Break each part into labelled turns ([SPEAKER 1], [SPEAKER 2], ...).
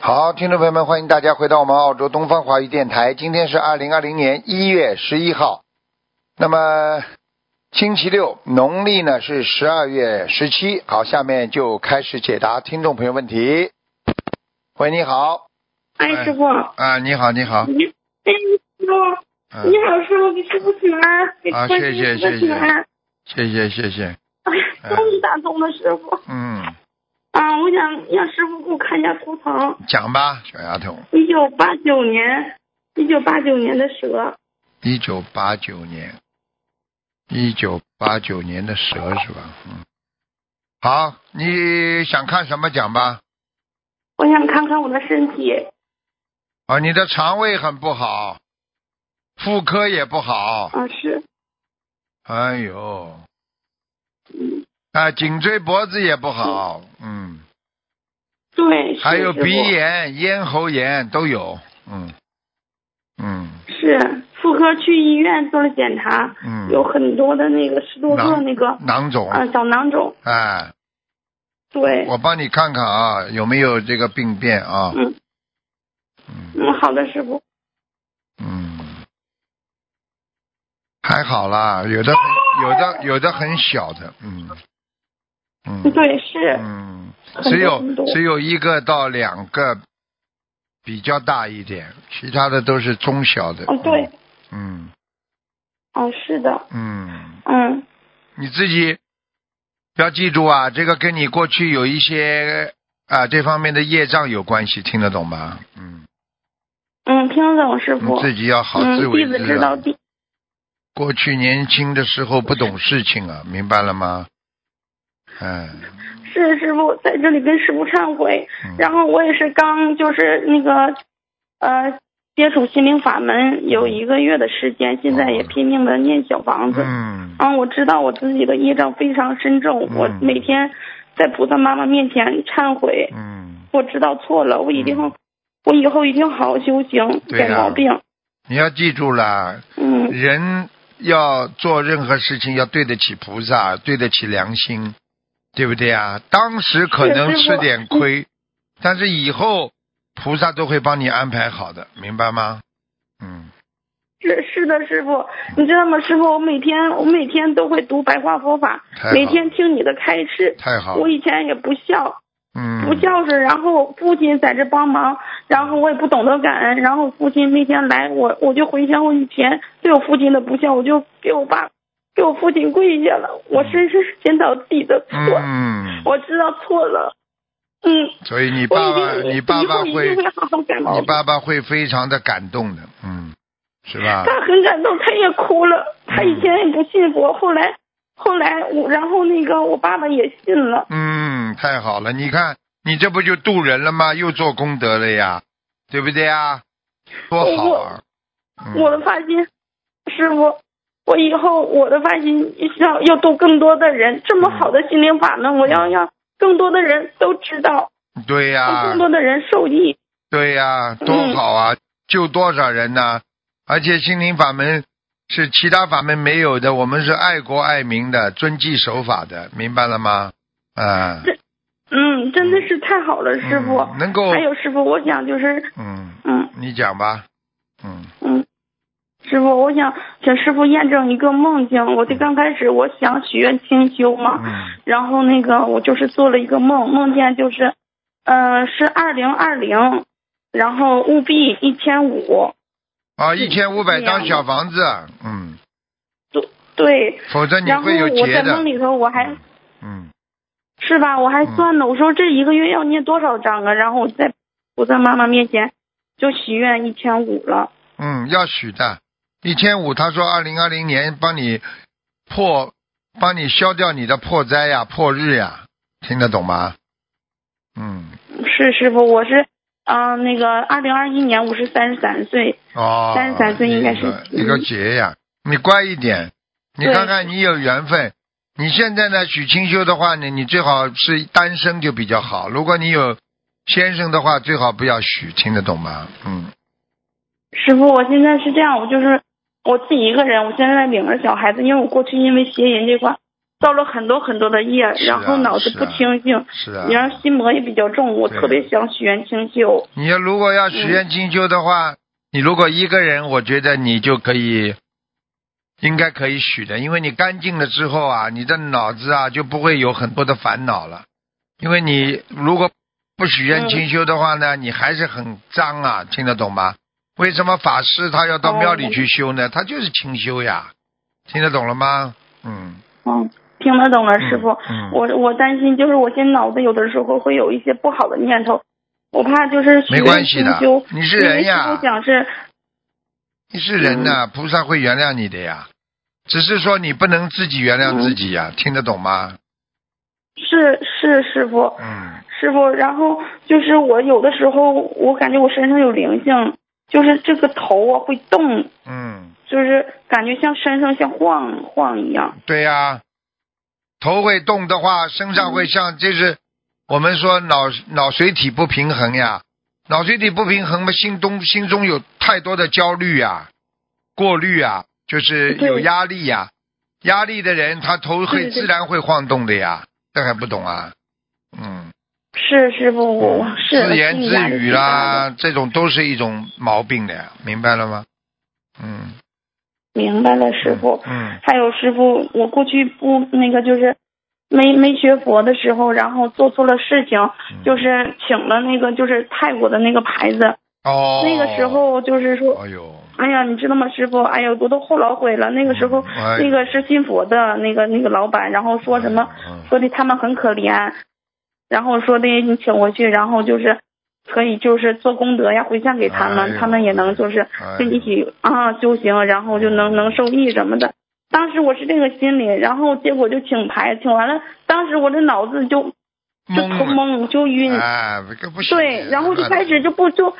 [SPEAKER 1] 好，听众朋友们，欢迎大家回到我们澳洲东方华语电台。今天是二零二零年一月十一号，那么星期六，农历呢是十二月十七。好，下面就开始解答听众朋友问题。喂，你好，
[SPEAKER 2] 哎，师傅，
[SPEAKER 1] 啊，你好，你好，
[SPEAKER 2] 你哎，师傅，
[SPEAKER 1] 嗯
[SPEAKER 2] 你，好，师傅，给师傅请安，给
[SPEAKER 1] 啊
[SPEAKER 2] 观世音
[SPEAKER 1] 谢谢嗯
[SPEAKER 2] 菩萨请安。
[SPEAKER 1] 谢谢，谢谢，
[SPEAKER 2] 哎呀，终于打通了，师傅。
[SPEAKER 1] 嗯，
[SPEAKER 2] 啊，我想让师傅给我看一下图腾，
[SPEAKER 1] 讲吧，小丫头，
[SPEAKER 2] 一九八九年，一九八九年的蛇，
[SPEAKER 1] 一九八九年，一九八九年的蛇是吧？嗯，好，你想看什么讲吧？
[SPEAKER 2] 我想看看我的身体。
[SPEAKER 1] 啊，你的肠胃很不好，妇科也不好，
[SPEAKER 2] 啊，是，
[SPEAKER 1] 哎呦，
[SPEAKER 2] 嗯，
[SPEAKER 1] 啊，颈椎脖子也不好，嗯，
[SPEAKER 2] 对，是
[SPEAKER 1] 还有
[SPEAKER 2] 师傅
[SPEAKER 1] 鼻炎、咽喉炎都有，嗯，嗯
[SPEAKER 2] 是妇科去医院做了检查，有
[SPEAKER 1] 嗯，
[SPEAKER 2] 很多的那个十多个
[SPEAKER 1] 囊
[SPEAKER 2] 那个
[SPEAKER 1] 囊肿，
[SPEAKER 2] 啊小囊肿，
[SPEAKER 1] 哎，
[SPEAKER 2] 对，
[SPEAKER 1] 我帮你看看啊，有没有这个病变啊？
[SPEAKER 2] 嗯
[SPEAKER 1] 嗯
[SPEAKER 2] 嗯，好的，师傅，
[SPEAKER 1] 嗯，还好啦，有的有的有的很小的，嗯嗯，
[SPEAKER 2] 对，是，
[SPEAKER 1] 嗯，
[SPEAKER 2] 很多
[SPEAKER 1] 只有
[SPEAKER 2] 哎很多
[SPEAKER 1] 只有一个到两个比较大一点，其他的都是中小的。
[SPEAKER 2] 哦，对，
[SPEAKER 1] 嗯
[SPEAKER 2] 哦，是的，
[SPEAKER 1] 嗯，
[SPEAKER 2] 嗯，
[SPEAKER 1] 你自己要记住啊，这个跟你过去有一些啊这方面的业障有关系，听得懂吗？嗯，
[SPEAKER 2] 嗯，听得懂师
[SPEAKER 1] 你
[SPEAKER 2] 傅。
[SPEAKER 1] 自己要好自
[SPEAKER 2] 嗯，
[SPEAKER 1] 为
[SPEAKER 2] 弟子
[SPEAKER 1] 之
[SPEAKER 2] 知
[SPEAKER 1] 啊
[SPEAKER 2] 道。弟，
[SPEAKER 1] 过去年轻的时候不懂事情啊，明白了吗？嗯，
[SPEAKER 2] 是师傅在这里跟师傅忏悔。
[SPEAKER 1] 嗯
[SPEAKER 2] 然后我也是刚就是那个呃接触心灵法门
[SPEAKER 1] 嗯
[SPEAKER 2] 有一个月的时间，现在也拼命的念小房子。
[SPEAKER 1] 嗯
[SPEAKER 2] 啊，我知道我自己的业障非常深重，
[SPEAKER 1] 嗯
[SPEAKER 2] 我每天在菩萨妈妈面前忏悔，
[SPEAKER 1] 嗯，
[SPEAKER 2] 我知道错了，我一定
[SPEAKER 1] 嗯
[SPEAKER 2] 我以后一定好好修行，
[SPEAKER 1] 对呀
[SPEAKER 2] 改毛病。
[SPEAKER 1] 你要记住了，
[SPEAKER 2] 嗯，
[SPEAKER 1] 人要做任何事情要对得起菩萨，对得起良心，对不对啊？当时可能吃点
[SPEAKER 2] 嗯
[SPEAKER 1] 亏，但是以后菩萨都会帮你安排好的，明白吗？嗯，
[SPEAKER 2] 是是的，师傅，你知道吗？师傅，我每天我每天都会读白话佛法
[SPEAKER 1] 太好，
[SPEAKER 2] 每天听你的开示。
[SPEAKER 1] 太好了
[SPEAKER 2] 我，以前也不孝，
[SPEAKER 1] 嗯，
[SPEAKER 2] 不孝顺，然后父亲在这帮忙，然后我也不懂得感恩，然后父亲那天来，我我就回想我以前对我父亲的不孝，我就给我爸给我父亲跪下了，我深深检讨自己的错，
[SPEAKER 1] 嗯，
[SPEAKER 2] 我知道错了，嗯，
[SPEAKER 1] 所以你
[SPEAKER 2] 我
[SPEAKER 1] 爸爸，
[SPEAKER 2] 一定
[SPEAKER 1] 你爸爸
[SPEAKER 2] 以后一
[SPEAKER 1] 会
[SPEAKER 2] 定，会好好改毛
[SPEAKER 1] 你
[SPEAKER 2] 病。
[SPEAKER 1] 爸爸会非常的感动的，嗯，是吧？
[SPEAKER 2] 他很感动，他也哭了。他以前也不信佛，后来后来我，然后那个我爸爸也信了。
[SPEAKER 1] 嗯，太好了，你看你这不就渡人了吗？又做功德了呀，对不对呀？多好啊！嗯、
[SPEAKER 2] 我的发心，师傅，我以后我的发心要要度更多的人。这么好的心灵法门，我要让更多的人都知道，
[SPEAKER 1] 对呀、
[SPEAKER 2] 让更多的人受益。
[SPEAKER 1] 对呀、
[SPEAKER 2] 嗯
[SPEAKER 1] 多好啊！救多少人呢、而且心灵法门是其他法门没有的，我们是爱国爱民的，遵纪守法的，明白了吗？啊、
[SPEAKER 2] 是嗯，真的是太好了，师傅。
[SPEAKER 1] 嗯能够
[SPEAKER 2] 还有师傅，我想就是，
[SPEAKER 1] 嗯，
[SPEAKER 2] 嗯
[SPEAKER 1] 你讲吧，嗯
[SPEAKER 2] 嗯。师傅，我想请师傅验证一个梦境。我就刚开始我想许愿清修嘛，
[SPEAKER 1] 嗯
[SPEAKER 2] 然后那个我就是做了一个梦，梦见就是，呃，是二零二零，然后务必一千五，
[SPEAKER 1] 啊，一千五百
[SPEAKER 2] 是这样
[SPEAKER 1] 张
[SPEAKER 2] 的
[SPEAKER 1] 小房子，嗯，
[SPEAKER 2] 对，
[SPEAKER 1] 否则你
[SPEAKER 2] 然后
[SPEAKER 1] 会有
[SPEAKER 2] 我
[SPEAKER 1] 结
[SPEAKER 2] 在
[SPEAKER 1] 的
[SPEAKER 2] 梦，里头我还
[SPEAKER 1] 嗯
[SPEAKER 2] 是吧，我还算呢，我说这一个月要念多少章啊？然后我在我在妈妈面前就许愿一千五了，
[SPEAKER 1] 嗯，要许的，一千五，他说二零二零年帮你破，帮你消掉你的破灾呀、破日呀，听得懂吗？嗯，
[SPEAKER 2] 是师傅，我是。嗯、那个二零二一年我是三十三岁，
[SPEAKER 1] 哦，
[SPEAKER 2] 33岁应该是
[SPEAKER 1] 一个一个劫呀，你乖一点，你
[SPEAKER 2] 对
[SPEAKER 1] 看看你有缘分。你现在呢，许清修的话呢，你最好是单身就比较好。如果你有先生的话，最好不要许，听得懂吗？嗯，
[SPEAKER 2] 师傅，我现在是这样，我就是我自己一个人，我现在领着小孩子，因为我过去因为邪淫这块，造了很多很多的业，
[SPEAKER 1] 是啊
[SPEAKER 2] 然后脑子
[SPEAKER 1] 是啊
[SPEAKER 2] 不清醒，
[SPEAKER 1] 是啊。
[SPEAKER 2] 然后心魔也比较重，我
[SPEAKER 1] 对
[SPEAKER 2] 特别想许愿清修。
[SPEAKER 1] 你要如果要许愿进修的话，你如果一个人，我觉得你就可以，应该可以许的，因为你干净了之后啊，你的脑子啊就不会有很多的烦恼了。因为你如果不许愿进修的话呢，你还是很脏啊，听得懂吗？为什么法师他要到
[SPEAKER 2] 哦
[SPEAKER 1] 庙里去修呢？他就是清修呀，听得懂了吗？嗯，
[SPEAKER 2] 嗯，听得懂了，
[SPEAKER 1] 嗯
[SPEAKER 2] 师傅。
[SPEAKER 1] 嗯
[SPEAKER 2] 我我担心就是我现在脑子有的时候会有一些不好的念头，我怕就是许
[SPEAKER 1] 没
[SPEAKER 2] 愿
[SPEAKER 1] 关系的
[SPEAKER 2] 清修，
[SPEAKER 1] 你是人呀
[SPEAKER 2] 因为师傅讲是，
[SPEAKER 1] 你是人呐、
[SPEAKER 2] 嗯
[SPEAKER 1] 菩萨会原谅你的呀，只是说你不能自己原谅自己
[SPEAKER 2] 嗯
[SPEAKER 1] 呀，听得懂吗？
[SPEAKER 2] 是是师傅，
[SPEAKER 1] 嗯，
[SPEAKER 2] 师傅。然后就是我有的时候我感觉我身上有灵性，就是这个头啊会动，
[SPEAKER 1] 嗯，
[SPEAKER 2] 就是感觉像身上像晃晃一样。
[SPEAKER 1] 对呀、头会动的话，身上
[SPEAKER 2] 嗯
[SPEAKER 1] 会像，就是我们说脑脑髓体不平衡呀，脑髓体不平衡嘛，心中心中有太多的焦虑呀、过滤啊，就是
[SPEAKER 2] 对
[SPEAKER 1] 有压力呀、压力的人他头会
[SPEAKER 2] 对对对
[SPEAKER 1] 自然会晃动的呀，这还不懂啊？嗯，
[SPEAKER 2] 是师傅，我我哦是
[SPEAKER 1] 哦自言自语。
[SPEAKER 2] 我心里压力挺大的
[SPEAKER 1] 啦，这种都是一种毛病的呀，明白了吗？嗯，
[SPEAKER 2] 明白了，师傅。
[SPEAKER 1] 嗯，
[SPEAKER 2] 还有师傅，我过去不那个就是没没学佛的时候，然后做错了事情，
[SPEAKER 1] 嗯
[SPEAKER 2] 就是请了那个就是泰国的那个牌子，
[SPEAKER 1] 哦，
[SPEAKER 2] 那个时，候就是说，
[SPEAKER 1] 哎呦，
[SPEAKER 2] 哎呀，你知道吗，师傅，哎呀，我都后悔了。那个时候
[SPEAKER 1] 嗯哎
[SPEAKER 2] 那个是信佛的那个那个老板，然后说什么
[SPEAKER 1] 嗯？嗯
[SPEAKER 2] 说的他们很可怜，然后说的你请回去，然后就是可以就是做功德呀，回向给他
[SPEAKER 1] 哎
[SPEAKER 2] 们，
[SPEAKER 1] 呦
[SPEAKER 2] 他们也能就是
[SPEAKER 1] 哎嗯
[SPEAKER 2] 跟一起啊修行，然后就能能受益什么的。当时我是这个心理，然后结果就请牌，请完了，当时我这脑子就就头
[SPEAKER 1] 嗯懵了，
[SPEAKER 2] 懵就晕，
[SPEAKER 1] 哎，这个不行。
[SPEAKER 2] 对，然后就
[SPEAKER 1] 乱
[SPEAKER 2] 开始就不就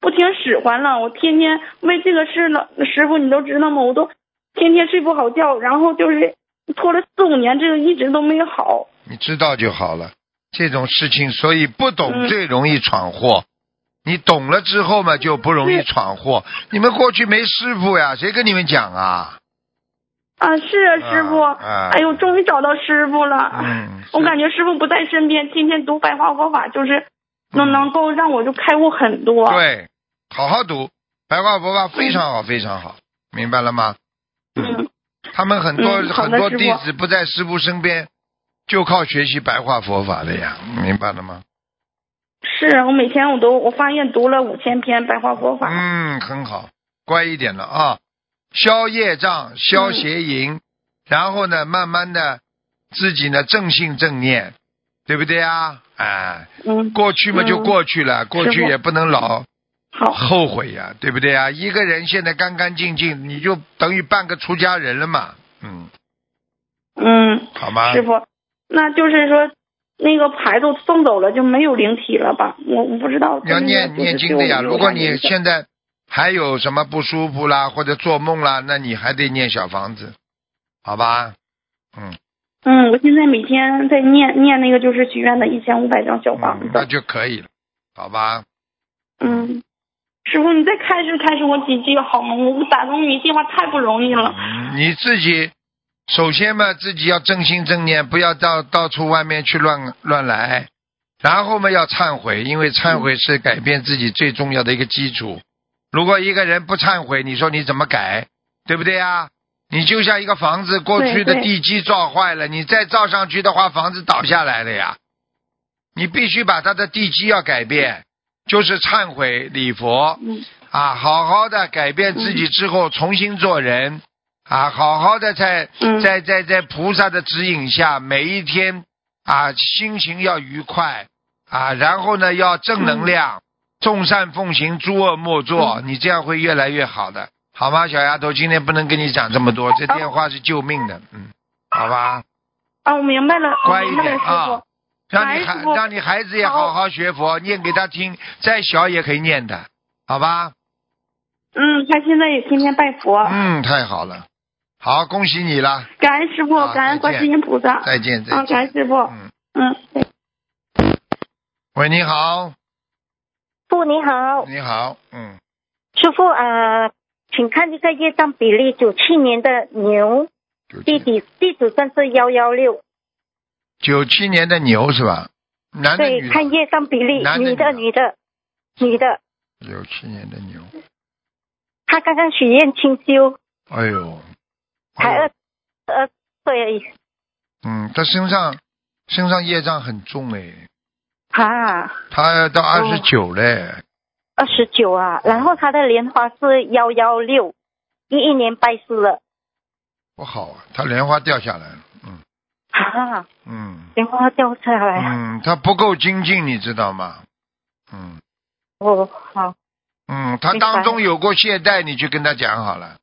[SPEAKER 2] 不听使唤了，我天天为这个事呢，师傅你都知道吗？我都天天睡不好觉，然后就是拖了四五年，这个一直都没有好。
[SPEAKER 1] 你知道就好了。这种事情，所以不懂
[SPEAKER 2] 嗯
[SPEAKER 1] 最容易闯祸。你懂了之后嘛，就不容易
[SPEAKER 2] 是
[SPEAKER 1] 闯祸。你们过去没师傅呀？谁跟你们讲啊？
[SPEAKER 2] 啊，是啊，师傅，
[SPEAKER 1] 啊啊
[SPEAKER 2] 哎呦，终于找到师傅了。
[SPEAKER 1] 嗯
[SPEAKER 2] 我感觉师傅不在身边，天天读白话佛法，就是能
[SPEAKER 1] 嗯
[SPEAKER 2] 能够让我就开悟很多。，
[SPEAKER 1] 对，好好读白话佛法，非常好，非常好，明白了吗？
[SPEAKER 2] 嗯，
[SPEAKER 1] 他们很多、
[SPEAKER 2] 嗯好
[SPEAKER 1] 很
[SPEAKER 2] 的
[SPEAKER 1] 多
[SPEAKER 2] 师
[SPEAKER 1] 弟
[SPEAKER 2] 傅
[SPEAKER 1] 子不在师傅身边，就靠学习白话佛法的呀，明白了吗？
[SPEAKER 2] 是我每天我都我发现读了五千篇白话佛法。
[SPEAKER 1] 嗯，很好，乖一点了啊，消业障，消邪淫，然后呢，慢慢的自己呢正信正念，对不对啊？哎，
[SPEAKER 2] 嗯，
[SPEAKER 1] 过去嘛
[SPEAKER 2] 嗯
[SPEAKER 1] 就过去了，过去
[SPEAKER 2] 师傅
[SPEAKER 1] 也不能老
[SPEAKER 2] 好，
[SPEAKER 1] 后悔呀、对不对啊？一个人现在干干净净，你就等于半个出家人了嘛，嗯，
[SPEAKER 2] 嗯，
[SPEAKER 1] 好吗？
[SPEAKER 2] 师傅，那就是说那个牌子送走了就没有灵体了吧？我我不知道。
[SPEAKER 1] 你要念念经的呀。如果你
[SPEAKER 2] 现
[SPEAKER 1] 现在还有什么不舒服啦，或者做梦啦，那你还得念小房子，好吧？嗯，
[SPEAKER 2] 嗯，我现在每天在念念那个就是许愿的一千五百张小房
[SPEAKER 1] 嗯那
[SPEAKER 2] 子。
[SPEAKER 1] 就可以了，好吧？
[SPEAKER 2] 嗯，师傅，你再开始开始我几句好吗？我打通你电话太不容易了。
[SPEAKER 1] 嗯你自己首先嘛，自己要正心正念，不要到到处外面去乱乱来。然后嘛，要忏悔，因为忏
[SPEAKER 2] 嗯
[SPEAKER 1] 悔是改变自己最重要的一个基础。如果一个人不忏悔，你说你怎么改？对不对呀？你就像一个房子，过去的
[SPEAKER 2] 对对
[SPEAKER 1] 地基造坏了，你再造上去的话，房子倒下来了呀。你必须把它的地基要改变，就是忏悔礼佛，
[SPEAKER 2] 嗯
[SPEAKER 1] 啊，好好的改变自己之后，重新做人，啊，好好的在
[SPEAKER 2] 嗯
[SPEAKER 1] 在在在菩萨的指引下，每一天啊，心情要愉快啊，然后呢，要正能
[SPEAKER 2] 嗯
[SPEAKER 1] 量，众善奉行，诸恶莫作，你这样会越来越好的，好吗？小丫头，今天不能跟你讲这么多，这电话是救命的，嗯，好吧，
[SPEAKER 2] 啊，我明白了，我
[SPEAKER 1] 乖一
[SPEAKER 2] 明白了，
[SPEAKER 1] 点
[SPEAKER 2] 师
[SPEAKER 1] 啊
[SPEAKER 2] 傅。。
[SPEAKER 1] 让你
[SPEAKER 2] 哎
[SPEAKER 1] 孩
[SPEAKER 2] 师傅
[SPEAKER 1] 让你孩子也好好学佛，念给他听，再小也可以念的，好吧？
[SPEAKER 2] 嗯，他现在也天天拜佛，
[SPEAKER 3] 啊
[SPEAKER 1] 嗯，太好了，好，恭喜你了，
[SPEAKER 2] 感恩师傅，
[SPEAKER 1] 好
[SPEAKER 2] 感
[SPEAKER 1] 再
[SPEAKER 2] 恩
[SPEAKER 1] 见
[SPEAKER 2] 观世音菩萨。
[SPEAKER 1] 再见，再
[SPEAKER 2] 啊，
[SPEAKER 1] 见。
[SPEAKER 2] 感恩师傅。
[SPEAKER 1] 嗯，
[SPEAKER 2] 嗯，对
[SPEAKER 1] 喂，你好，
[SPEAKER 4] 傅你好，
[SPEAKER 1] 你好，嗯，
[SPEAKER 4] 师傅啊、呃请看一下业障比例，九七年的牛
[SPEAKER 1] 九
[SPEAKER 3] 地
[SPEAKER 1] 七
[SPEAKER 3] 址地址证是幺幺六，
[SPEAKER 1] 九七年的牛是吧？男的
[SPEAKER 3] 对，
[SPEAKER 1] 女
[SPEAKER 3] 看
[SPEAKER 1] 的？
[SPEAKER 3] 业障比例，
[SPEAKER 1] 男的
[SPEAKER 3] 女的女
[SPEAKER 1] 女
[SPEAKER 3] 的女的，
[SPEAKER 1] 九七年的牛，
[SPEAKER 3] 她刚刚许愿清修，
[SPEAKER 1] 哎呦，
[SPEAKER 3] 才
[SPEAKER 1] 哎呦
[SPEAKER 3] 二二十岁而已
[SPEAKER 1] 嗯，他身上身上业障很重哎，
[SPEAKER 3] 啊，
[SPEAKER 1] 他到二十九嘞，
[SPEAKER 3] 二十九啊，然后她的莲花是幺幺六，一一年拜师了
[SPEAKER 1] 不好，啊他莲花掉下来了，嗯
[SPEAKER 3] 啊，
[SPEAKER 1] 嗯
[SPEAKER 3] 莲花掉下来，
[SPEAKER 1] 嗯，他不够精进，你知道吗？嗯
[SPEAKER 3] 哦，好
[SPEAKER 1] 嗯，他
[SPEAKER 3] 明白
[SPEAKER 1] 当中有过懈怠，你去跟他讲好了，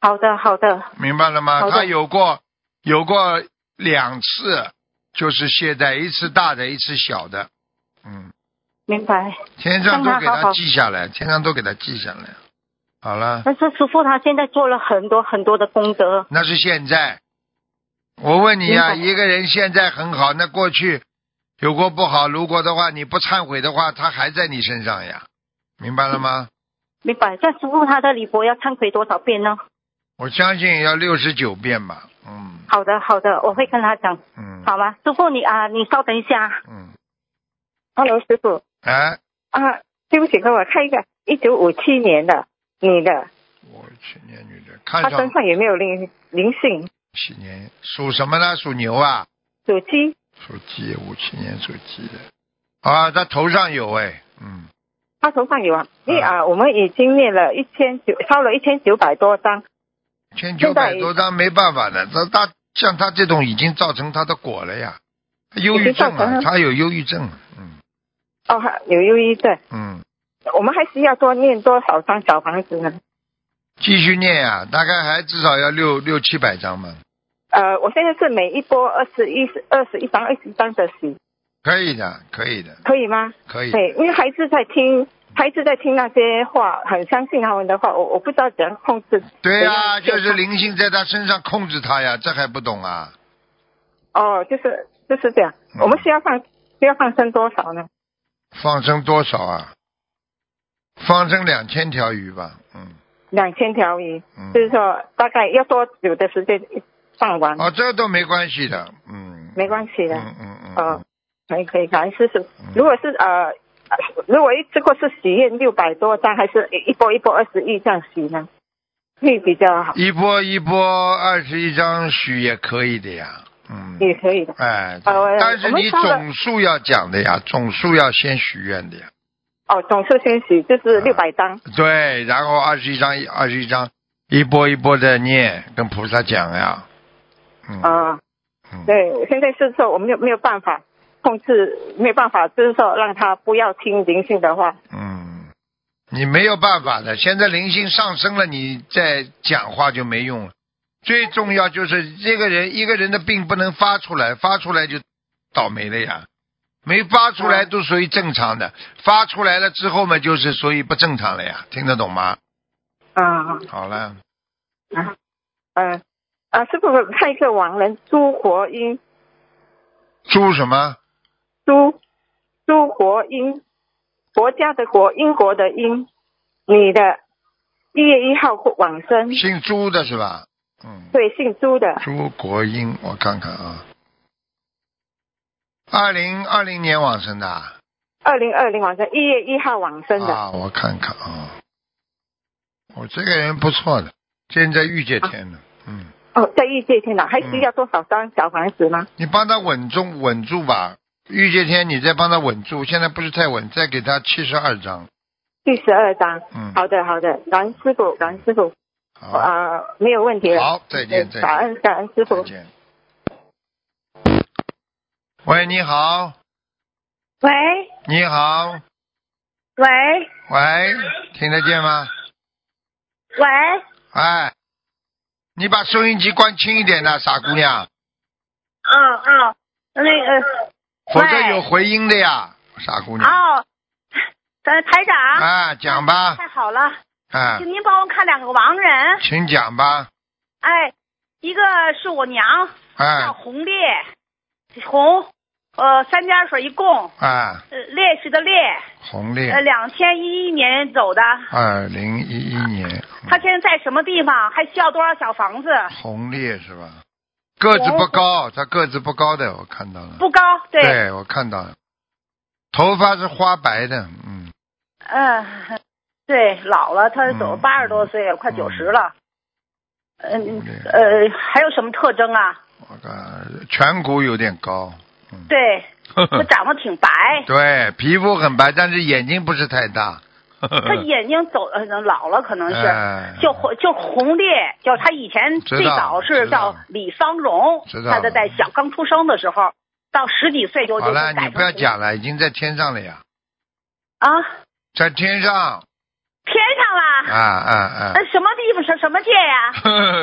[SPEAKER 3] 好的好的，
[SPEAKER 1] 明白了吗？
[SPEAKER 3] 好的
[SPEAKER 1] 他有过有过两次，就是懈怠，一次大的，一次小的，嗯，
[SPEAKER 3] 明白。
[SPEAKER 1] 天上
[SPEAKER 3] 那
[SPEAKER 1] 都
[SPEAKER 3] 么
[SPEAKER 1] 给
[SPEAKER 3] 好
[SPEAKER 1] 他
[SPEAKER 3] 好
[SPEAKER 1] 记下来，天上都给他记下来，好了。
[SPEAKER 3] 但是师傅他现在做了很多很多的功德，
[SPEAKER 1] 那是现在。我问你呀、
[SPEAKER 3] 明白
[SPEAKER 1] 一个人现在很好，那过去有过不好，如果的话你不忏悔的话，他还在你身上呀，明白了
[SPEAKER 3] 嗯
[SPEAKER 1] 吗？
[SPEAKER 3] 明白？这师傅他的礼佛要忏悔多少遍呢？
[SPEAKER 1] 我相信要六十九遍吧，嗯
[SPEAKER 3] 好的，好的，我会跟他讲，
[SPEAKER 1] 嗯
[SPEAKER 3] 好吗？师傅你啊，你稍等一下。
[SPEAKER 1] 嗯，
[SPEAKER 2] Hello，师傅
[SPEAKER 1] 哎，
[SPEAKER 2] 啊，对不起，给我看一个一九五七年的女的，
[SPEAKER 1] 我去年女的看
[SPEAKER 2] 她
[SPEAKER 1] 上
[SPEAKER 2] 身上有没有灵灵性？
[SPEAKER 1] 七年属什么呢？属牛啊，
[SPEAKER 2] 属鸡，
[SPEAKER 1] 属鸡，五七年属鸡的啊，他头上有哎，嗯，
[SPEAKER 2] 她头上有啊，因为
[SPEAKER 1] 嗯
[SPEAKER 2] 啊，我们已经念了一千九，烧了一千九百多张，
[SPEAKER 1] 千九
[SPEAKER 2] 现在
[SPEAKER 1] 百多张没办法的，他他像他这种已经造成他的果了呀，忧郁症
[SPEAKER 2] 已经造成
[SPEAKER 1] 啊，
[SPEAKER 2] 了
[SPEAKER 1] 他有忧郁症，嗯。
[SPEAKER 2] 哦，还有忧郁症，
[SPEAKER 1] 嗯，
[SPEAKER 2] 我们还需要多念多少张小房子呢？
[SPEAKER 1] 继续念呀、大概还至少要六六七百张吧，
[SPEAKER 2] 呃，我现在是每一波二十一、二十一张、二十一张的洗，
[SPEAKER 1] 可以的，可以的，
[SPEAKER 2] 可以吗？
[SPEAKER 1] 可以的。
[SPEAKER 2] 对，因为孩子在听，孩子在听那些话，很相信他们的话，我我不知道怎样控制。
[SPEAKER 1] 对呀、
[SPEAKER 2] 怎
[SPEAKER 1] 就
[SPEAKER 2] 样
[SPEAKER 1] 是灵性在他身上控制他呀，这还不懂啊？
[SPEAKER 2] 哦，就是就是这样。
[SPEAKER 1] 嗯
[SPEAKER 2] 我们需要放需要放生多少呢？
[SPEAKER 1] 放生多少啊？放生两千条鱼吧，嗯
[SPEAKER 2] 两千条鱼，
[SPEAKER 1] 嗯
[SPEAKER 2] 就。是说大概要多久的时间放完？
[SPEAKER 1] 哦，这都没关系的，嗯。
[SPEAKER 2] 没关系的。
[SPEAKER 1] 嗯嗯嗯。
[SPEAKER 2] 哦，可以可以，感恩师傅
[SPEAKER 1] 嗯。
[SPEAKER 2] 如果是呃，呃如果一这个是许愿六百多张，还是一一波一波二十一这样许呢？会比较好，
[SPEAKER 1] 嗯一波一波二十一张许也可以的呀，嗯。
[SPEAKER 2] 也可以的。
[SPEAKER 1] 哎，
[SPEAKER 2] 呃我
[SPEAKER 1] 但是
[SPEAKER 2] 我们
[SPEAKER 1] 你
[SPEAKER 2] 烧了
[SPEAKER 1] 总数要讲的呀，总数要先许愿的呀。
[SPEAKER 2] 哦，总数先许
[SPEAKER 1] 啊
[SPEAKER 2] 就是六百张。
[SPEAKER 1] 对，然后二十一章，二十一章，一波一波的念，跟菩萨讲呀。嗯，
[SPEAKER 2] 啊、
[SPEAKER 1] 嗯
[SPEAKER 2] 对，现在是说我没有没有办法控制，没有办法，就是说让他不要听灵性的话。
[SPEAKER 1] 嗯，你没有办法的，现在灵性上升了，你再讲话就没用了。最重要就是这个人，一个人的病不能发出来，发出来就倒霉了呀。没发出来都属于正常的，发出来了之后嘛，就是属于不正常了呀，听得懂吗？
[SPEAKER 2] 啊
[SPEAKER 1] 好了，
[SPEAKER 2] 啊，呃，啊，是不是看一个亡人朱国英？
[SPEAKER 1] 猪什么？
[SPEAKER 2] 朱朱国英，国家的国，英国的英，女的，一月一号往生，
[SPEAKER 1] 姓朱的是吧？嗯。
[SPEAKER 2] 对，姓朱的，
[SPEAKER 1] 朱国英，我看看啊，二零二零年往生的啊，
[SPEAKER 2] 二零二零往生，一月一号往生的，
[SPEAKER 1] 啊，我看看啊，我这个人不错的，现在遇见天了，嗯，
[SPEAKER 2] 哦，在玉界天堂，还需要多少张小房子吗？
[SPEAKER 1] 你帮他稳住稳住吧，遇见天你再帮他稳住，现在不是太稳，再给他七十二张，
[SPEAKER 2] 第十二张。
[SPEAKER 1] 嗯，
[SPEAKER 2] 好的，好的，感恩师傅，感恩师傅，
[SPEAKER 1] 好，
[SPEAKER 2] 啊、没有问题了。
[SPEAKER 1] 好，再见，再见，
[SPEAKER 2] 感恩感恩
[SPEAKER 1] 再
[SPEAKER 2] 师傅。
[SPEAKER 1] 见。喂，你好，
[SPEAKER 3] 喂
[SPEAKER 1] 你好，
[SPEAKER 3] 喂
[SPEAKER 1] 喂，听得见吗？
[SPEAKER 3] 喂，
[SPEAKER 1] 哎，你把收音机关轻一点呐、傻姑娘，
[SPEAKER 3] 哦哦，那个
[SPEAKER 1] 否则有回音的呀，傻姑
[SPEAKER 2] 啊
[SPEAKER 1] 娘。
[SPEAKER 3] 哦，
[SPEAKER 2] 呃
[SPEAKER 3] 咱台长，
[SPEAKER 1] 啊，讲吧，
[SPEAKER 3] 太好了，
[SPEAKER 1] 啊
[SPEAKER 3] 请，您帮我看两个亡人，
[SPEAKER 1] 请讲吧，嗯
[SPEAKER 3] 哎，一个是我娘叫
[SPEAKER 1] 啊
[SPEAKER 3] 红烈，红
[SPEAKER 5] 呃，三点水一共，
[SPEAKER 1] 啊，
[SPEAKER 5] 呃，烈士的烈，
[SPEAKER 1] 红烈
[SPEAKER 5] 呃，，两千一一年走的。
[SPEAKER 1] 二零一一年，
[SPEAKER 5] 他现在在什么地方？还需要多少小房子？
[SPEAKER 1] 红烈是吧？个子不高，他个子不高的，我看到了。
[SPEAKER 5] 不高，对，
[SPEAKER 1] 我看到了，头发是花白的，嗯，
[SPEAKER 5] 嗯、 对，老了，他走
[SPEAKER 1] 嗯
[SPEAKER 5] 八十多岁了，快九十了。嗯
[SPEAKER 1] 对
[SPEAKER 5] 呃，还有什么特征啊？
[SPEAKER 1] 我看颧骨有点高，嗯，
[SPEAKER 5] 对，他长得挺白，
[SPEAKER 1] 对，皮肤很白，但是眼睛不是太大，
[SPEAKER 5] 他眼睛走呃老了，可能是。
[SPEAKER 1] 哎
[SPEAKER 5] 就红就红烈，就是他以前
[SPEAKER 1] 知道
[SPEAKER 5] 最早是
[SPEAKER 1] 知道
[SPEAKER 5] 叫李芳荣
[SPEAKER 1] 知，道
[SPEAKER 5] 他的在小刚出生的时候，到十几岁就
[SPEAKER 1] 好
[SPEAKER 5] 就
[SPEAKER 1] 了，
[SPEAKER 5] 改
[SPEAKER 1] 你
[SPEAKER 5] 成
[SPEAKER 1] 不要
[SPEAKER 5] 红
[SPEAKER 1] 讲了，已经在天上了呀，
[SPEAKER 5] 啊，
[SPEAKER 1] 在天上，
[SPEAKER 5] 天上
[SPEAKER 1] 啊
[SPEAKER 5] 啦，
[SPEAKER 1] 啊啊
[SPEAKER 5] 那、，什么地方什什么界呀、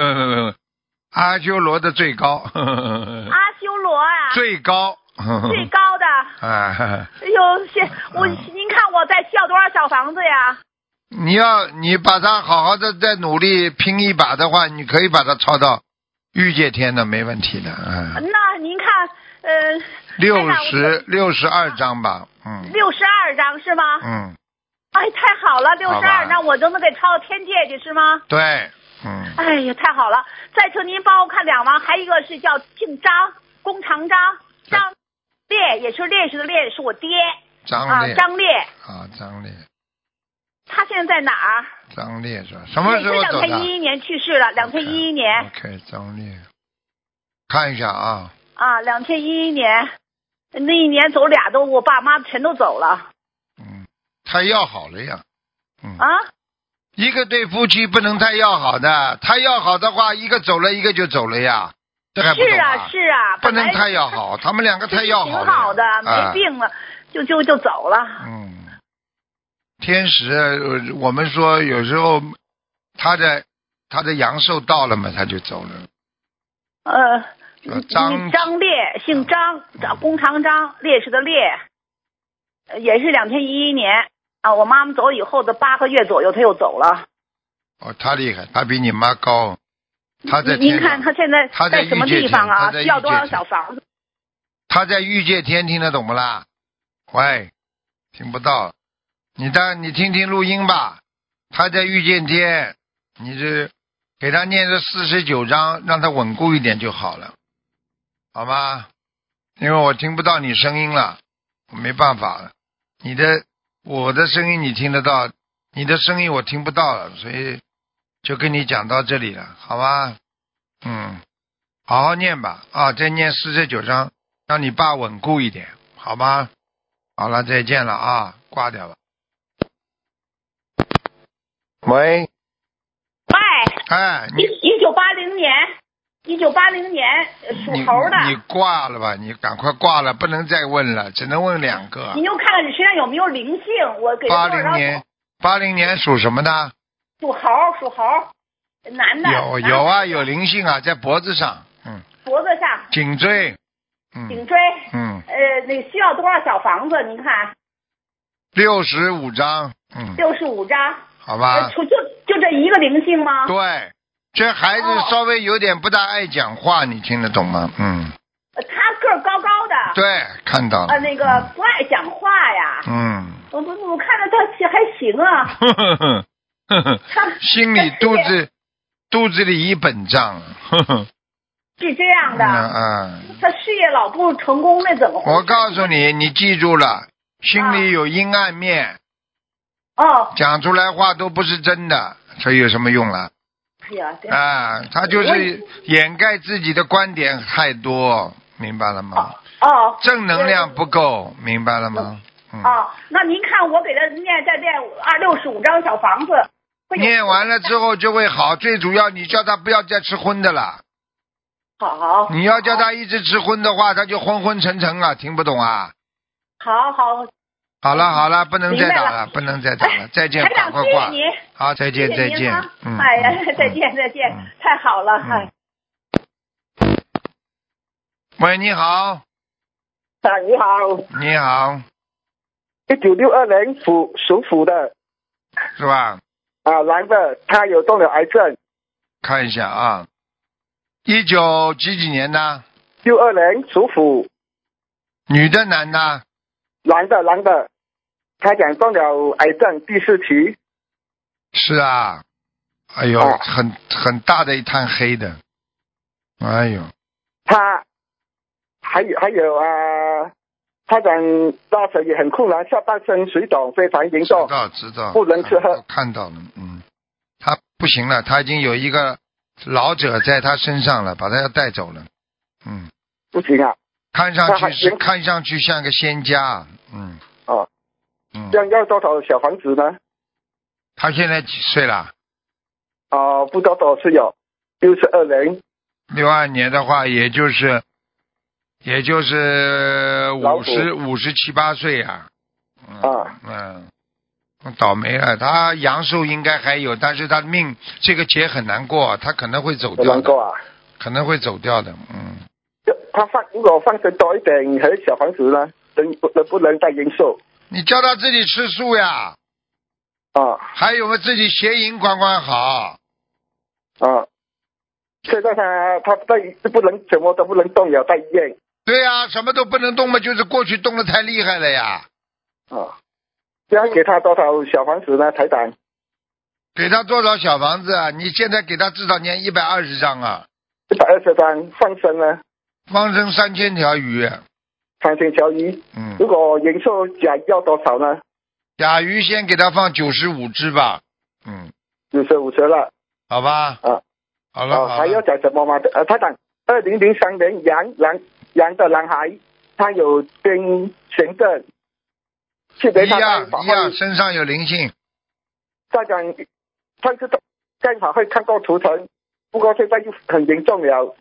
[SPEAKER 1] 阿修罗的最高，
[SPEAKER 5] 阿修罗啊，
[SPEAKER 1] 嗯 最高，
[SPEAKER 5] 最 高的，
[SPEAKER 1] 啊，
[SPEAKER 5] 哎呦，谢我
[SPEAKER 1] 嗯
[SPEAKER 5] 您看我在需要多少小房子呀？
[SPEAKER 1] 你要你把它好好的再努力拼一把的话，你可以把它超到御界天的，没问题的，啊，
[SPEAKER 5] 那您看，呃，
[SPEAKER 1] 六十六十二章吧，嗯
[SPEAKER 5] 六十二张是吗？
[SPEAKER 1] 嗯，
[SPEAKER 5] 哎，太好了，六
[SPEAKER 1] 好
[SPEAKER 5] 十
[SPEAKER 1] 吧
[SPEAKER 5] 二，那我就能给抄到天界去是吗？
[SPEAKER 1] 对，嗯，
[SPEAKER 5] 哎呀，太好了！再请您帮我看两王，还有一个是叫姓张，弓长张，
[SPEAKER 1] 嗯
[SPEAKER 5] 张烈也是烈士的烈，是我爹
[SPEAKER 1] 张
[SPEAKER 5] 啊
[SPEAKER 1] 烈，
[SPEAKER 5] 张烈。
[SPEAKER 1] 啊，张烈，
[SPEAKER 5] 他现在在哪儿？
[SPEAKER 1] 张烈是吧？什么时候
[SPEAKER 5] 也是
[SPEAKER 1] 走
[SPEAKER 5] 两千
[SPEAKER 1] 的
[SPEAKER 5] 一一年去世了，两千一一年
[SPEAKER 1] ？OK，张烈，看一下啊，
[SPEAKER 5] 啊，两千一一年，那一年走俩都，我爸妈全都走了
[SPEAKER 1] 嗯，太要好了呀，嗯，
[SPEAKER 5] 啊。
[SPEAKER 1] 一个对夫妻不能太要好的，太要好的话，一个走了，一个就走了呀，这还不
[SPEAKER 5] 是
[SPEAKER 1] 懂
[SPEAKER 5] 啊是啊，
[SPEAKER 1] 不
[SPEAKER 5] 本来
[SPEAKER 1] 能太要好，他们两个太要
[SPEAKER 5] 挺
[SPEAKER 1] 好了呀，
[SPEAKER 5] 好的，没
[SPEAKER 1] 啊。
[SPEAKER 5] 病了，就就就走了。
[SPEAKER 1] 嗯，天使，呃我们说有时候他的他的阳寿到了嘛，他就走了。
[SPEAKER 5] 呃，
[SPEAKER 1] 呃张嗯
[SPEAKER 5] 张烈，姓张，张弓长张，烈士的烈，呃也是两千一一年啊。我妈妈走以后的八个月左右，她又走了。
[SPEAKER 1] 哦，他厉害，他比你妈高，他在
[SPEAKER 5] 您
[SPEAKER 1] 天
[SPEAKER 5] 您看
[SPEAKER 1] 上，
[SPEAKER 5] 她现在
[SPEAKER 1] 她在
[SPEAKER 5] 什么
[SPEAKER 1] 御界
[SPEAKER 5] 地方
[SPEAKER 1] 天她
[SPEAKER 5] 啊？
[SPEAKER 1] 在
[SPEAKER 5] 需要多
[SPEAKER 1] 御
[SPEAKER 5] 少
[SPEAKER 1] 界天
[SPEAKER 5] 小房子？
[SPEAKER 1] 他在欲界天，听得懂不啦？喂，听不到，你当你听听录音吧。他在欲界天，你这给他念这四十九章，让他稳固一点就好了，好吗？因为我听不到你声音了，我没办法了。你的我的声音你听得到，你的声音我听不到了，所以就跟你讲到这里了，好吗？嗯，好好念吧，啊，再念四十九章，让你爸稳固一点，好吗？好了，再见了啊，挂掉了。喂，
[SPEAKER 5] 喂，
[SPEAKER 1] 哎，你
[SPEAKER 5] 一一九八零年，一九八零年呃属
[SPEAKER 1] 你
[SPEAKER 5] 猴
[SPEAKER 1] 你
[SPEAKER 5] 的，
[SPEAKER 1] 挂了吧，你赶快挂了，不能再问了，只能问两个
[SPEAKER 5] 您。就看看你身上有没有灵性。我给
[SPEAKER 1] 啊八
[SPEAKER 5] 她多
[SPEAKER 1] 零
[SPEAKER 5] 少张
[SPEAKER 1] 年，八零年属什么的？
[SPEAKER 5] 属猴，属猴，呃男的，
[SPEAKER 1] 有
[SPEAKER 5] 男的
[SPEAKER 1] 有啊，有灵性啊，在脖子上，嗯，
[SPEAKER 5] 脖子上、
[SPEAKER 1] 颈椎，
[SPEAKER 5] 颈
[SPEAKER 1] 嗯
[SPEAKER 5] 椎，
[SPEAKER 1] 嗯，
[SPEAKER 5] 呃，那需要多少小房子？您看，
[SPEAKER 1] 六十五张，嗯，
[SPEAKER 5] 六十五张。
[SPEAKER 1] 好
[SPEAKER 5] 呃，
[SPEAKER 1] 吧，
[SPEAKER 5] 除就就这一个灵性吗？
[SPEAKER 1] 对，这孩子
[SPEAKER 5] 哦
[SPEAKER 1] 稍微有点不大爱讲话，你听得懂吗？嗯，
[SPEAKER 5] 呃他个儿高高的，
[SPEAKER 1] 对，看到了。
[SPEAKER 5] 呃，那个不爱讲话呀。
[SPEAKER 1] 嗯，
[SPEAKER 5] 我不我看着他行还行啊，
[SPEAKER 1] 呵呵呵呵呵，
[SPEAKER 5] 他
[SPEAKER 1] 心里肚子肚子里一本账，呵呵，
[SPEAKER 5] 是这样
[SPEAKER 1] 嗯
[SPEAKER 5] 的，
[SPEAKER 1] 嗯，
[SPEAKER 5] 他事业老不成功，那怎么回事？
[SPEAKER 1] 我告诉你，你记住了，心里有阴暗面，
[SPEAKER 5] 哦，
[SPEAKER 1] 讲出来话都不是真的，这有什么用了？
[SPEAKER 5] 哎呀，这
[SPEAKER 1] 啊，他就是掩盖自己的观点太多，明白了吗？
[SPEAKER 5] 哦
[SPEAKER 1] 正能量不够，明白了吗？嗯，
[SPEAKER 5] 哦，那您看我给他念再念二六十五张小房子，会有
[SPEAKER 1] 念完了之后就会好，最主要你叫他不要再吃荤的了。
[SPEAKER 5] 好，
[SPEAKER 1] 你要叫他一直吃荤的话，他就昏昏沉沉啊，听不懂啊。
[SPEAKER 5] 好好，
[SPEAKER 1] 好了好了，不能再打
[SPEAKER 5] 明白
[SPEAKER 1] 了，不能再打 了，再见
[SPEAKER 5] 台，
[SPEAKER 1] 赶
[SPEAKER 5] 长
[SPEAKER 1] 快
[SPEAKER 5] 谢谢
[SPEAKER 1] 挂。
[SPEAKER 5] 您，
[SPEAKER 1] 好，再见
[SPEAKER 5] 谢谢
[SPEAKER 1] 再
[SPEAKER 5] 您
[SPEAKER 1] 见
[SPEAKER 5] 啊，
[SPEAKER 1] 嗯，
[SPEAKER 5] 哎呀
[SPEAKER 1] 嗯，
[SPEAKER 5] 再。见再见
[SPEAKER 1] 嗯，
[SPEAKER 5] 太好了，
[SPEAKER 1] 嗯
[SPEAKER 5] 哎。
[SPEAKER 1] 喂，你好，
[SPEAKER 6] 啊，你好，
[SPEAKER 1] 你好，
[SPEAKER 6] 一九六二年属属虎的
[SPEAKER 1] 是吧？
[SPEAKER 6] 啊，男的，他有动了癌症，
[SPEAKER 1] 看一下啊，一九几几年的？
[SPEAKER 6] 六二年属虎，
[SPEAKER 1] 女的男的？
[SPEAKER 6] 男的男的，他讲中了癌症第四期，
[SPEAKER 1] 是啊，哎呦，
[SPEAKER 6] 哦
[SPEAKER 1] 很很大的一滩黑的，哎呦，
[SPEAKER 6] 他还有还有啊，他讲大腿也很困难，下半身水肿非常严
[SPEAKER 1] 知
[SPEAKER 6] 重，
[SPEAKER 1] 道知道，
[SPEAKER 6] 不能吃喝
[SPEAKER 1] 看看到了，嗯，他不行了，他已经有一个老者在他身上了，把他要带走了，嗯，
[SPEAKER 6] 不行啊，
[SPEAKER 1] 看上
[SPEAKER 6] 那
[SPEAKER 1] 去
[SPEAKER 6] 还
[SPEAKER 1] 是
[SPEAKER 6] 行
[SPEAKER 1] 看上去像个仙家，嗯，
[SPEAKER 6] 哦，
[SPEAKER 1] 嗯
[SPEAKER 6] 这，样要多少小房子呢？
[SPEAKER 1] 他现在几岁了？
[SPEAKER 6] 啊，不知道多少是有，六十二人，
[SPEAKER 1] 六二年的话，也就是也就是五
[SPEAKER 6] 老虎
[SPEAKER 1] 十五十七八岁啊。嗯
[SPEAKER 6] 啊
[SPEAKER 1] 嗯，倒霉了，他阳寿应该还有，但是他命这个劫很难过，他可能会走掉
[SPEAKER 6] 能够
[SPEAKER 1] 的，
[SPEAKER 6] 啊。
[SPEAKER 1] 可能会走掉的，嗯，
[SPEAKER 6] 这他放如果放生多一点和小房子呢，能能不能再延寿
[SPEAKER 1] 你叫他自己吃素呀，
[SPEAKER 6] 啊
[SPEAKER 1] 还有我自己邪淫管管好，
[SPEAKER 6] 啊？现在他他在不能什么都不能动摇，在医院
[SPEAKER 1] 对呀、什么都不能动嘛，就是过去动的太厉害了呀，
[SPEAKER 6] 啊。这样给他多少小房子呢？台长
[SPEAKER 1] 给他多少小房子啊？你现在给他至少念一百二十张啊，
[SPEAKER 6] 一百二十张放生呢，
[SPEAKER 1] 放生三千条鱼，
[SPEAKER 6] 三千条鱼。
[SPEAKER 1] 嗯，
[SPEAKER 6] 如果延寿甲要多少呢？
[SPEAKER 1] 甲鱼先给他放九十五只吧，嗯，
[SPEAKER 6] 九十五十了
[SPEAKER 1] 好吧，
[SPEAKER 6] 啊
[SPEAKER 1] 好了，
[SPEAKER 6] 啊！
[SPEAKER 1] 好
[SPEAKER 6] 还要
[SPEAKER 1] 了，
[SPEAKER 6] 讲什么吗？呃，台长，二零零三年杨杨杨的男孩，他有癫痫症，去
[SPEAKER 1] 一
[SPEAKER 6] 年他在
[SPEAKER 1] 样
[SPEAKER 6] 法
[SPEAKER 1] 一
[SPEAKER 6] 会
[SPEAKER 1] 样，身上有灵性，
[SPEAKER 6] 再讲，上次刚好会看过图腾，不过现在就很严重了。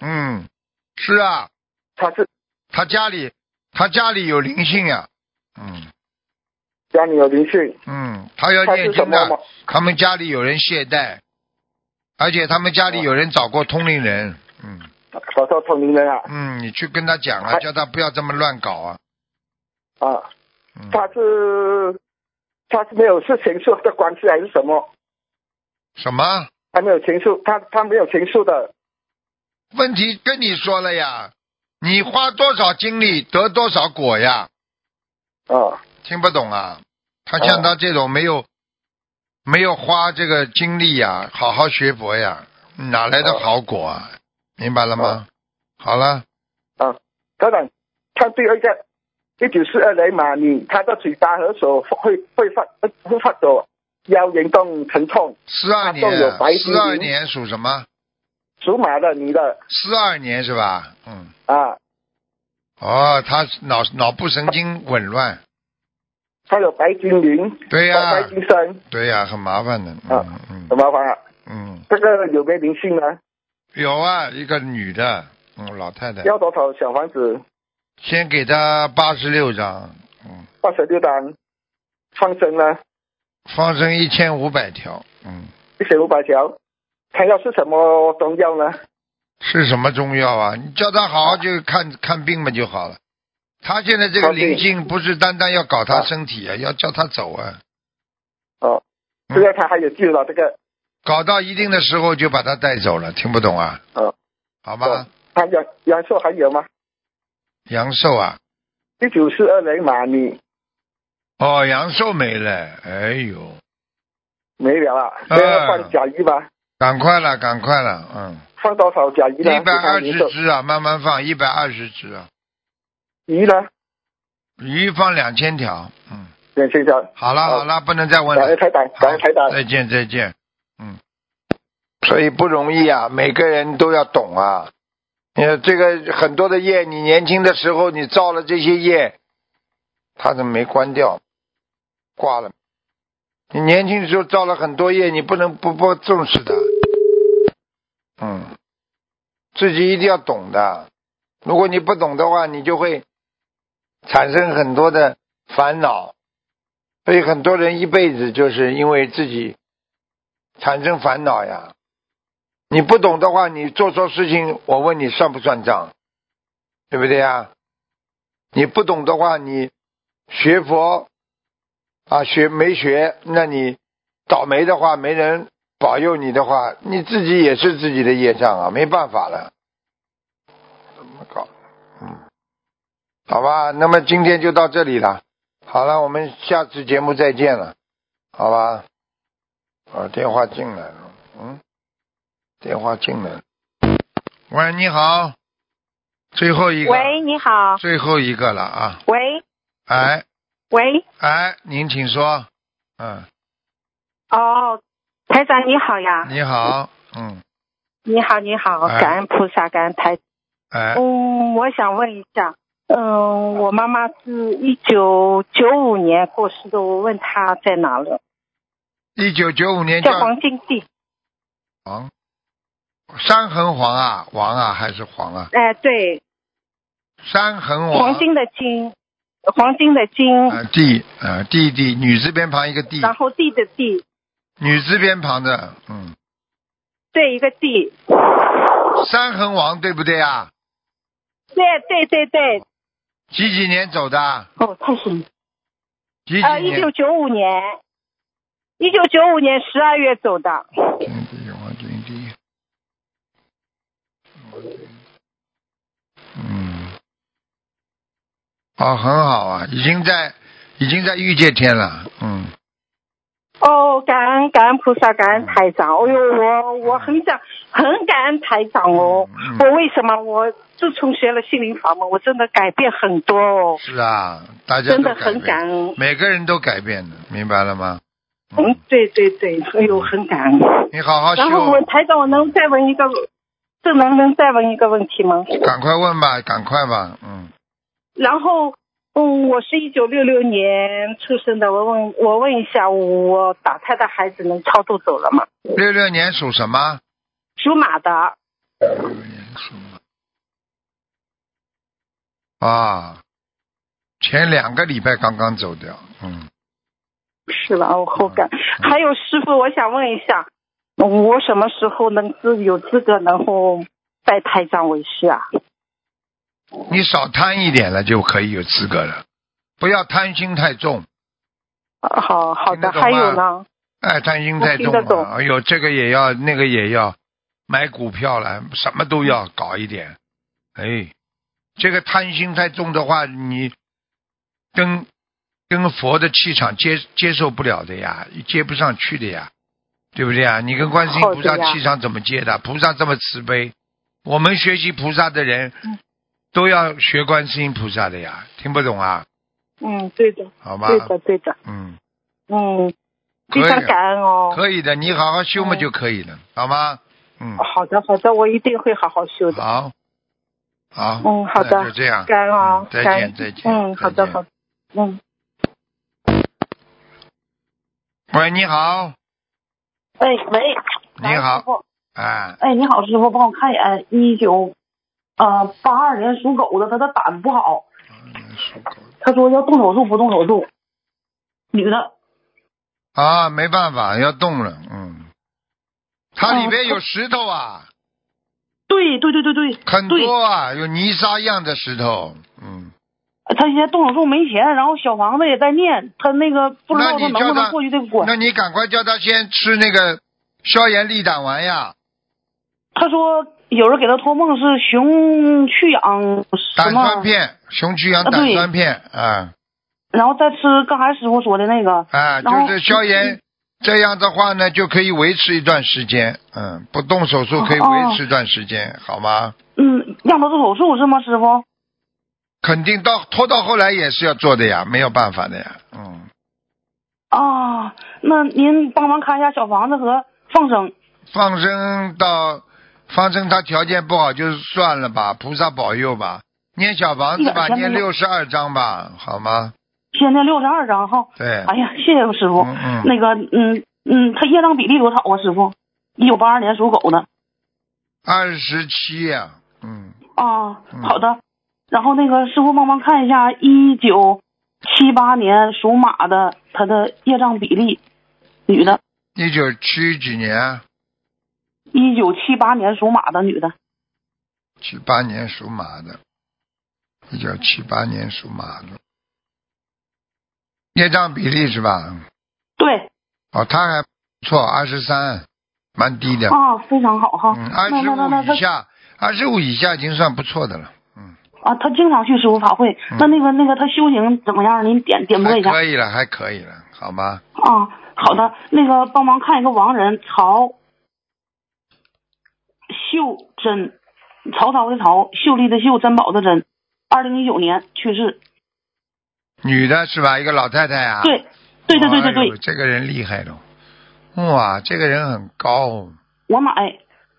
[SPEAKER 1] 嗯，是啊，
[SPEAKER 6] 他是
[SPEAKER 1] 他家里他家里有灵性呀、嗯
[SPEAKER 6] 家里有灵性，
[SPEAKER 1] 嗯，他要
[SPEAKER 6] 他
[SPEAKER 1] 念
[SPEAKER 6] 是什
[SPEAKER 1] 经
[SPEAKER 6] 么
[SPEAKER 1] 的
[SPEAKER 6] 吗，？
[SPEAKER 1] 他们家里有人懈怠，而且他们家里有人找过通灵人，嗯
[SPEAKER 6] 我说同龄人啊
[SPEAKER 1] 嗯，你去跟他讲啊，
[SPEAKER 6] 还
[SPEAKER 1] 叫他不要这么乱搞啊，
[SPEAKER 6] 啊，
[SPEAKER 1] 嗯，
[SPEAKER 6] 他是他是没有是情愫的关系还是什么？
[SPEAKER 1] 什么
[SPEAKER 6] 他没有情愫，他他没有情愫的
[SPEAKER 1] 问题跟你说了呀，你花多少精力得多少果呀。
[SPEAKER 6] 啊
[SPEAKER 1] 听不懂啊。他像他这种没有、没有花这个精力呀、好好学佛呀，哪来的好果啊？
[SPEAKER 6] 哦
[SPEAKER 1] 明白了吗？好了，
[SPEAKER 6] 啊！等等，他第二个一九四二年马女，他的嘴巴和手会会发会发抖，腰严重疼痛，
[SPEAKER 1] 四二年
[SPEAKER 6] 他都有白，金
[SPEAKER 1] 四二
[SPEAKER 6] 银
[SPEAKER 1] 年属什么？
[SPEAKER 6] 属马的女的
[SPEAKER 1] 四二年是吧？嗯，
[SPEAKER 6] 啊，
[SPEAKER 1] 哦，他脑脑部神经紊乱，
[SPEAKER 6] 他有白金鳞，
[SPEAKER 1] 对啊呀、
[SPEAKER 6] 白金身，
[SPEAKER 1] 对呀、很麻烦的。嗯
[SPEAKER 6] 啊
[SPEAKER 1] 嗯
[SPEAKER 6] 很麻烦啊。
[SPEAKER 1] 嗯，
[SPEAKER 6] 这个有没有灵性呢？
[SPEAKER 1] 有啊，一个女的，嗯，老太太，
[SPEAKER 6] 要多少小房子？
[SPEAKER 1] 先给她八十六张，嗯，
[SPEAKER 6] 八十六单，放生呢？
[SPEAKER 1] 放生一千五百条，嗯。
[SPEAKER 6] 一千五百条。他要是什么中药呢？
[SPEAKER 1] 是什么中药啊？你叫他好好去看、看病嘛就好了。他现在这个
[SPEAKER 6] 看病
[SPEAKER 1] 灵性不是单单要搞他
[SPEAKER 6] 啊
[SPEAKER 1] 身体啊，要叫他走啊。
[SPEAKER 6] 哦，
[SPEAKER 1] 嗯
[SPEAKER 6] 这个他还有救了这个。
[SPEAKER 1] 搞到一定的时候就把他带走了，听不懂啊？
[SPEAKER 6] 哦，
[SPEAKER 1] 好吧
[SPEAKER 6] 哦，他阳阳寿还有吗？
[SPEAKER 1] 阳寿啊，
[SPEAKER 6] 一九四二年马女
[SPEAKER 1] 哦，阳寿没了，哎呦，
[SPEAKER 6] 没了啊，
[SPEAKER 1] 嗯
[SPEAKER 6] 没有放甲鱼吧？
[SPEAKER 1] 赶快了，赶快了，嗯，
[SPEAKER 6] 放多少甲鱼呢？
[SPEAKER 1] 一百二
[SPEAKER 6] 给
[SPEAKER 1] 十
[SPEAKER 6] 他灵兽
[SPEAKER 1] 只啊，慢慢放，一百二十只啊，
[SPEAKER 6] 鱼呢？
[SPEAKER 1] 鱼放两千条，嗯，
[SPEAKER 6] 两千条。
[SPEAKER 1] 好了
[SPEAKER 6] 好
[SPEAKER 1] 好了，不能再问
[SPEAKER 6] 感
[SPEAKER 1] 了
[SPEAKER 6] 恩，台长，感恩台
[SPEAKER 1] 好
[SPEAKER 6] 长。
[SPEAKER 1] 再见再见，嗯。
[SPEAKER 7] 所以不容易啊，每个人都要懂啊。呃，这个很多的业，你年轻的时候你造了这些业，他怎么没关掉？挂了。你年轻的时候造了很多业，你不能不不重视的。嗯，自己一定要懂的。如果你不懂的话，你就会产生很多的烦恼。所以很多人一辈子就是因为自己产生烦恼呀。你不懂的话，你做错事情，我问你算不算账，对不对呀？你不懂的话，你学佛啊学没学，那你倒霉的话，没人保佑你的话，你自己也是自己的业障啊，没办法了。怎么搞？嗯，
[SPEAKER 1] 好吧，那么今天就到这里了。好了，我们下次节目再见了，好吧？啊，电话进来了，嗯，电话进来了。喂，你好，最后一个，
[SPEAKER 5] 喂，你好，
[SPEAKER 1] 最后一个了啊！
[SPEAKER 5] 喂
[SPEAKER 1] 哎
[SPEAKER 5] 喂，
[SPEAKER 1] 哎，您请说。嗯，
[SPEAKER 5] 哦，台长你好呀，
[SPEAKER 1] 你好，嗯，
[SPEAKER 5] 你好你好，
[SPEAKER 1] 哎
[SPEAKER 5] 感恩菩萨，感恩台。
[SPEAKER 1] 哎，
[SPEAKER 5] 嗯，我想问一下，嗯，我妈妈是一九九五年过世的，我问她在哪了，
[SPEAKER 1] 一九九五年
[SPEAKER 5] 叫
[SPEAKER 1] 哎叫
[SPEAKER 5] 黄金地，
[SPEAKER 1] 黄，山横黄啊，王啊还是黄啊？
[SPEAKER 5] 哎、对，
[SPEAKER 1] 山横王
[SPEAKER 5] 黄金的金，黄金的金，
[SPEAKER 1] 啊，弟啊，弟弟，女字边旁一个弟，
[SPEAKER 5] 然后地的地，
[SPEAKER 1] 女字边旁的，嗯，
[SPEAKER 5] 对，一个地，
[SPEAKER 1] 山横王对不对啊？
[SPEAKER 5] 对对对对，
[SPEAKER 1] 几几年走的？
[SPEAKER 5] 哦，太行了。
[SPEAKER 1] 几几
[SPEAKER 5] 呃，一
[SPEAKER 1] 年
[SPEAKER 5] 九？九五年，一九九五年十二月走的。
[SPEAKER 1] 金地黄金地，嗯，哦，很好啊，已经在已经在御界天了，嗯，
[SPEAKER 5] 哦，感恩感恩菩萨，感恩台长。
[SPEAKER 1] 嗯
[SPEAKER 5] 哎呦，我我很感很感恩台长哦。
[SPEAKER 1] 嗯
[SPEAKER 5] 我为什么我自从学了心灵法门，我真的改变很多哦，
[SPEAKER 1] 是啊，大家
[SPEAKER 5] 真
[SPEAKER 1] 都
[SPEAKER 5] 的
[SPEAKER 1] 改
[SPEAKER 5] 很
[SPEAKER 1] 变，
[SPEAKER 5] 感恩。
[SPEAKER 1] 每个人都改变的，明白了吗？
[SPEAKER 5] 嗯，对对对，哎呦，很感恩。
[SPEAKER 1] 你好好
[SPEAKER 5] 然后我
[SPEAKER 1] 修，
[SPEAKER 5] 台长，我能再问一个，这能不能再问一个问题吗？
[SPEAKER 1] 赶快问吧，赶快吧，嗯。
[SPEAKER 5] 然后，嗯，我是一九六六年出生的，我问，我问一下，我打胎的孩子能超度走了吗？
[SPEAKER 1] 六六年属什么？
[SPEAKER 5] 属马的，
[SPEAKER 1] 六六年属马。啊，前两个礼拜刚刚走掉，嗯，
[SPEAKER 5] 是吧？我后感。
[SPEAKER 1] 嗯
[SPEAKER 5] 还有师傅，我想问一下，我什么时候能资有资格能够拜台长为师啊？
[SPEAKER 1] 你少贪一点了就可以有资格了，不要贪心太重，
[SPEAKER 5] 啊好好
[SPEAKER 1] 听得
[SPEAKER 5] 的，
[SPEAKER 1] 懂吗
[SPEAKER 5] 还有呢？
[SPEAKER 1] 哎，贪心太重
[SPEAKER 5] 我听得懂
[SPEAKER 1] 啊，哎呦，这个也要，那个也要，买股票了，什么都要搞一点，哎，这个贪心太重的话，你跟跟佛的气场接接受不了的呀，接不上去的呀，对不对呀？你跟观世音菩萨
[SPEAKER 5] 好的哦呀
[SPEAKER 1] 气场怎么接的？菩萨这么慈悲，我们学习菩萨的人都要学观世音菩萨的呀，听不懂啊？
[SPEAKER 5] 嗯，对的，
[SPEAKER 1] 好吗？
[SPEAKER 5] 对的，对的，
[SPEAKER 1] 嗯，
[SPEAKER 5] 嗯，
[SPEAKER 1] 可
[SPEAKER 5] 非
[SPEAKER 1] 以
[SPEAKER 5] 常感恩哦。
[SPEAKER 1] 可以的，你好好修嘛
[SPEAKER 5] 嗯
[SPEAKER 1] 就可以了，好吗？嗯，
[SPEAKER 5] 好的，好的，我一定会好好修的。
[SPEAKER 1] 好，好，
[SPEAKER 5] 嗯好的
[SPEAKER 1] 那就这样，
[SPEAKER 5] 感恩啊
[SPEAKER 1] 嗯，再
[SPEAKER 5] 感
[SPEAKER 1] 见
[SPEAKER 5] 恩
[SPEAKER 1] 再见，
[SPEAKER 5] 嗯，好的，
[SPEAKER 1] 再见
[SPEAKER 5] 好的，嗯。
[SPEAKER 1] 喂，你好，
[SPEAKER 8] 哎喂，
[SPEAKER 1] 你
[SPEAKER 8] 师
[SPEAKER 1] 好，
[SPEAKER 8] 傅，
[SPEAKER 1] 哎，
[SPEAKER 8] 哎你好师傅，帮我看一眼一九，呃八二年属狗的，他的胆不好，
[SPEAKER 1] 属狗
[SPEAKER 8] 他说要动手术不动手术，女的，
[SPEAKER 1] 啊，没办法，要动了，嗯，它里边有石头啊，
[SPEAKER 8] 对对对对对，
[SPEAKER 1] 很
[SPEAKER 8] 对，
[SPEAKER 1] 多啊，有泥沙一样的石头，嗯，
[SPEAKER 8] 他现在动手术没钱，然后小房子也在念，他那个不知
[SPEAKER 1] 那
[SPEAKER 8] 道他
[SPEAKER 1] 你
[SPEAKER 8] 能
[SPEAKER 1] 叫
[SPEAKER 8] 不
[SPEAKER 1] 他
[SPEAKER 8] 能过去这个关，
[SPEAKER 1] 那你赶快叫他先吃那个消炎利胆丸呀，
[SPEAKER 8] 他说有人给他托梦是熊去氧什
[SPEAKER 1] 胆
[SPEAKER 8] 么
[SPEAKER 1] 酸，片，熊去氧
[SPEAKER 8] 啊
[SPEAKER 1] 胆
[SPEAKER 8] 对
[SPEAKER 1] 酸片，啊。
[SPEAKER 8] 然后再吃刚才师傅说的那个，
[SPEAKER 1] 啊，
[SPEAKER 8] 然后
[SPEAKER 1] 就是消
[SPEAKER 5] 嗯
[SPEAKER 1] 炎，这样的话呢，就可以维持一段时间。嗯，不动手术
[SPEAKER 5] 哦
[SPEAKER 1] 可以维持一段时间，好吗？
[SPEAKER 8] 嗯，让他做手术是吗师傅？
[SPEAKER 1] 肯定到拖到后来也是要做的呀，没有办法的呀。嗯，
[SPEAKER 8] 啊，那您帮忙看一下小房子和放生。
[SPEAKER 1] 放生到放生，他条件不好就算了吧，菩萨保佑吧。念小房子吧，
[SPEAKER 8] 一百天
[SPEAKER 1] 念
[SPEAKER 8] 没
[SPEAKER 1] 六十二章吧，好吗？
[SPEAKER 8] 现在六十二张哈。
[SPEAKER 1] 对，
[SPEAKER 8] 哎呀，谢谢师傅。
[SPEAKER 1] 嗯嗯
[SPEAKER 8] 那个，嗯嗯，他业障比例多少啊，师傅？一九八二年属狗的。
[SPEAKER 1] 二十七呀，嗯，
[SPEAKER 8] 啊
[SPEAKER 1] 嗯，
[SPEAKER 8] 好的。然后那个师傅帮忙看一下，一九七八年属马的，他的业障比例，女的。
[SPEAKER 1] 一九七几年，
[SPEAKER 8] 一九七八年属马的女的，
[SPEAKER 1] 七八年属马的，一九七八年属马的，业障比例是吧？
[SPEAKER 8] 对，
[SPEAKER 1] 哦，他还不错，二十三，蛮低的。
[SPEAKER 8] 啊，非常好哈。
[SPEAKER 1] 哎嗯，
[SPEAKER 8] 那
[SPEAKER 1] 二十
[SPEAKER 8] 那那那
[SPEAKER 1] 五以
[SPEAKER 8] 他
[SPEAKER 1] 下，二十五以下已经算不错的了。嗯，
[SPEAKER 8] 啊，他经常去师傅法会。
[SPEAKER 1] 嗯
[SPEAKER 8] 那那个那个他修行怎么样？您点点拨
[SPEAKER 1] 还
[SPEAKER 8] 一下
[SPEAKER 1] 可以了，还可以了，好吗？
[SPEAKER 8] 啊。好的，那个帮忙看一个亡人曹秀珍，曹操的曹，秀丽的秀，珍宝的珍，二零一九年去世。
[SPEAKER 1] 女的是吧？一个老太太啊。
[SPEAKER 8] 对，对对对对
[SPEAKER 1] 哎
[SPEAKER 8] 对
[SPEAKER 1] 呦，这个人厉害了，哇，这个人很高。
[SPEAKER 8] 我买，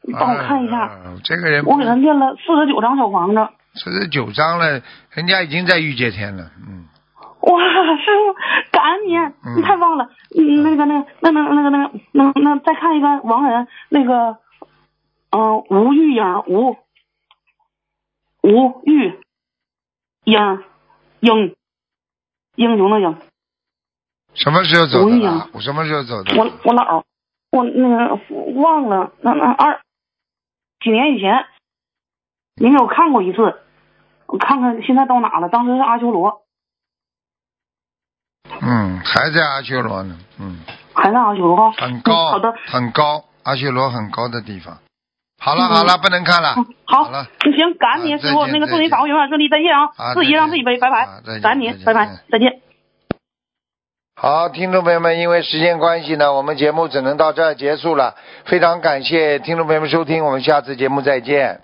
[SPEAKER 8] 你帮我看一下，
[SPEAKER 1] 哎呦这个人
[SPEAKER 8] 我给他念了四十九张小房子。
[SPEAKER 1] 四十九章了，人家已经在御界天了，嗯，
[SPEAKER 8] 哇，师傅，感恩
[SPEAKER 1] 嗯
[SPEAKER 8] 您，你太棒了。嗯，那个，那个，那那那个，那个，那那再看一个王人，那个，嗯、吴玉英，吴吴玉英，英英雄的英，
[SPEAKER 1] 什么时候走的
[SPEAKER 8] 同意
[SPEAKER 1] 啦
[SPEAKER 8] 啊？
[SPEAKER 1] 我什么时候走的？
[SPEAKER 8] 我我姥儿，我那个忘了，那那二几年以前，您给我看过一次，我看看现在到哪了？当时是阿修罗，
[SPEAKER 1] 嗯，还在阿修罗呢，嗯，
[SPEAKER 8] 还在阿修罗哈。
[SPEAKER 1] 很高，
[SPEAKER 8] 嗯好的，
[SPEAKER 1] 很高，阿修罗很高的地方。好了
[SPEAKER 8] 嗯
[SPEAKER 1] 好了，不能看了
[SPEAKER 8] 嗯，
[SPEAKER 1] 好
[SPEAKER 8] 好
[SPEAKER 1] 了，
[SPEAKER 8] 行，感恩
[SPEAKER 1] 啊
[SPEAKER 8] 您
[SPEAKER 1] 再
[SPEAKER 8] 师傅，
[SPEAKER 1] 见
[SPEAKER 8] 那个
[SPEAKER 1] 再
[SPEAKER 8] 祝您
[SPEAKER 1] 见
[SPEAKER 8] 法会永远顺利，再见
[SPEAKER 1] 啊
[SPEAKER 8] 啊！自己
[SPEAKER 1] 再
[SPEAKER 8] 让
[SPEAKER 1] 见
[SPEAKER 8] 自己背，拜
[SPEAKER 1] 啊
[SPEAKER 8] 拜
[SPEAKER 1] 再见，
[SPEAKER 8] 感恩
[SPEAKER 1] 再
[SPEAKER 8] 您，
[SPEAKER 1] 见再
[SPEAKER 8] 拜拜
[SPEAKER 1] 见，
[SPEAKER 8] 再见。
[SPEAKER 1] 好，听众朋友们，因为时间关系呢，我们节目只能到这儿结束了。非常感谢听众朋友们收听，我们下次节目再见。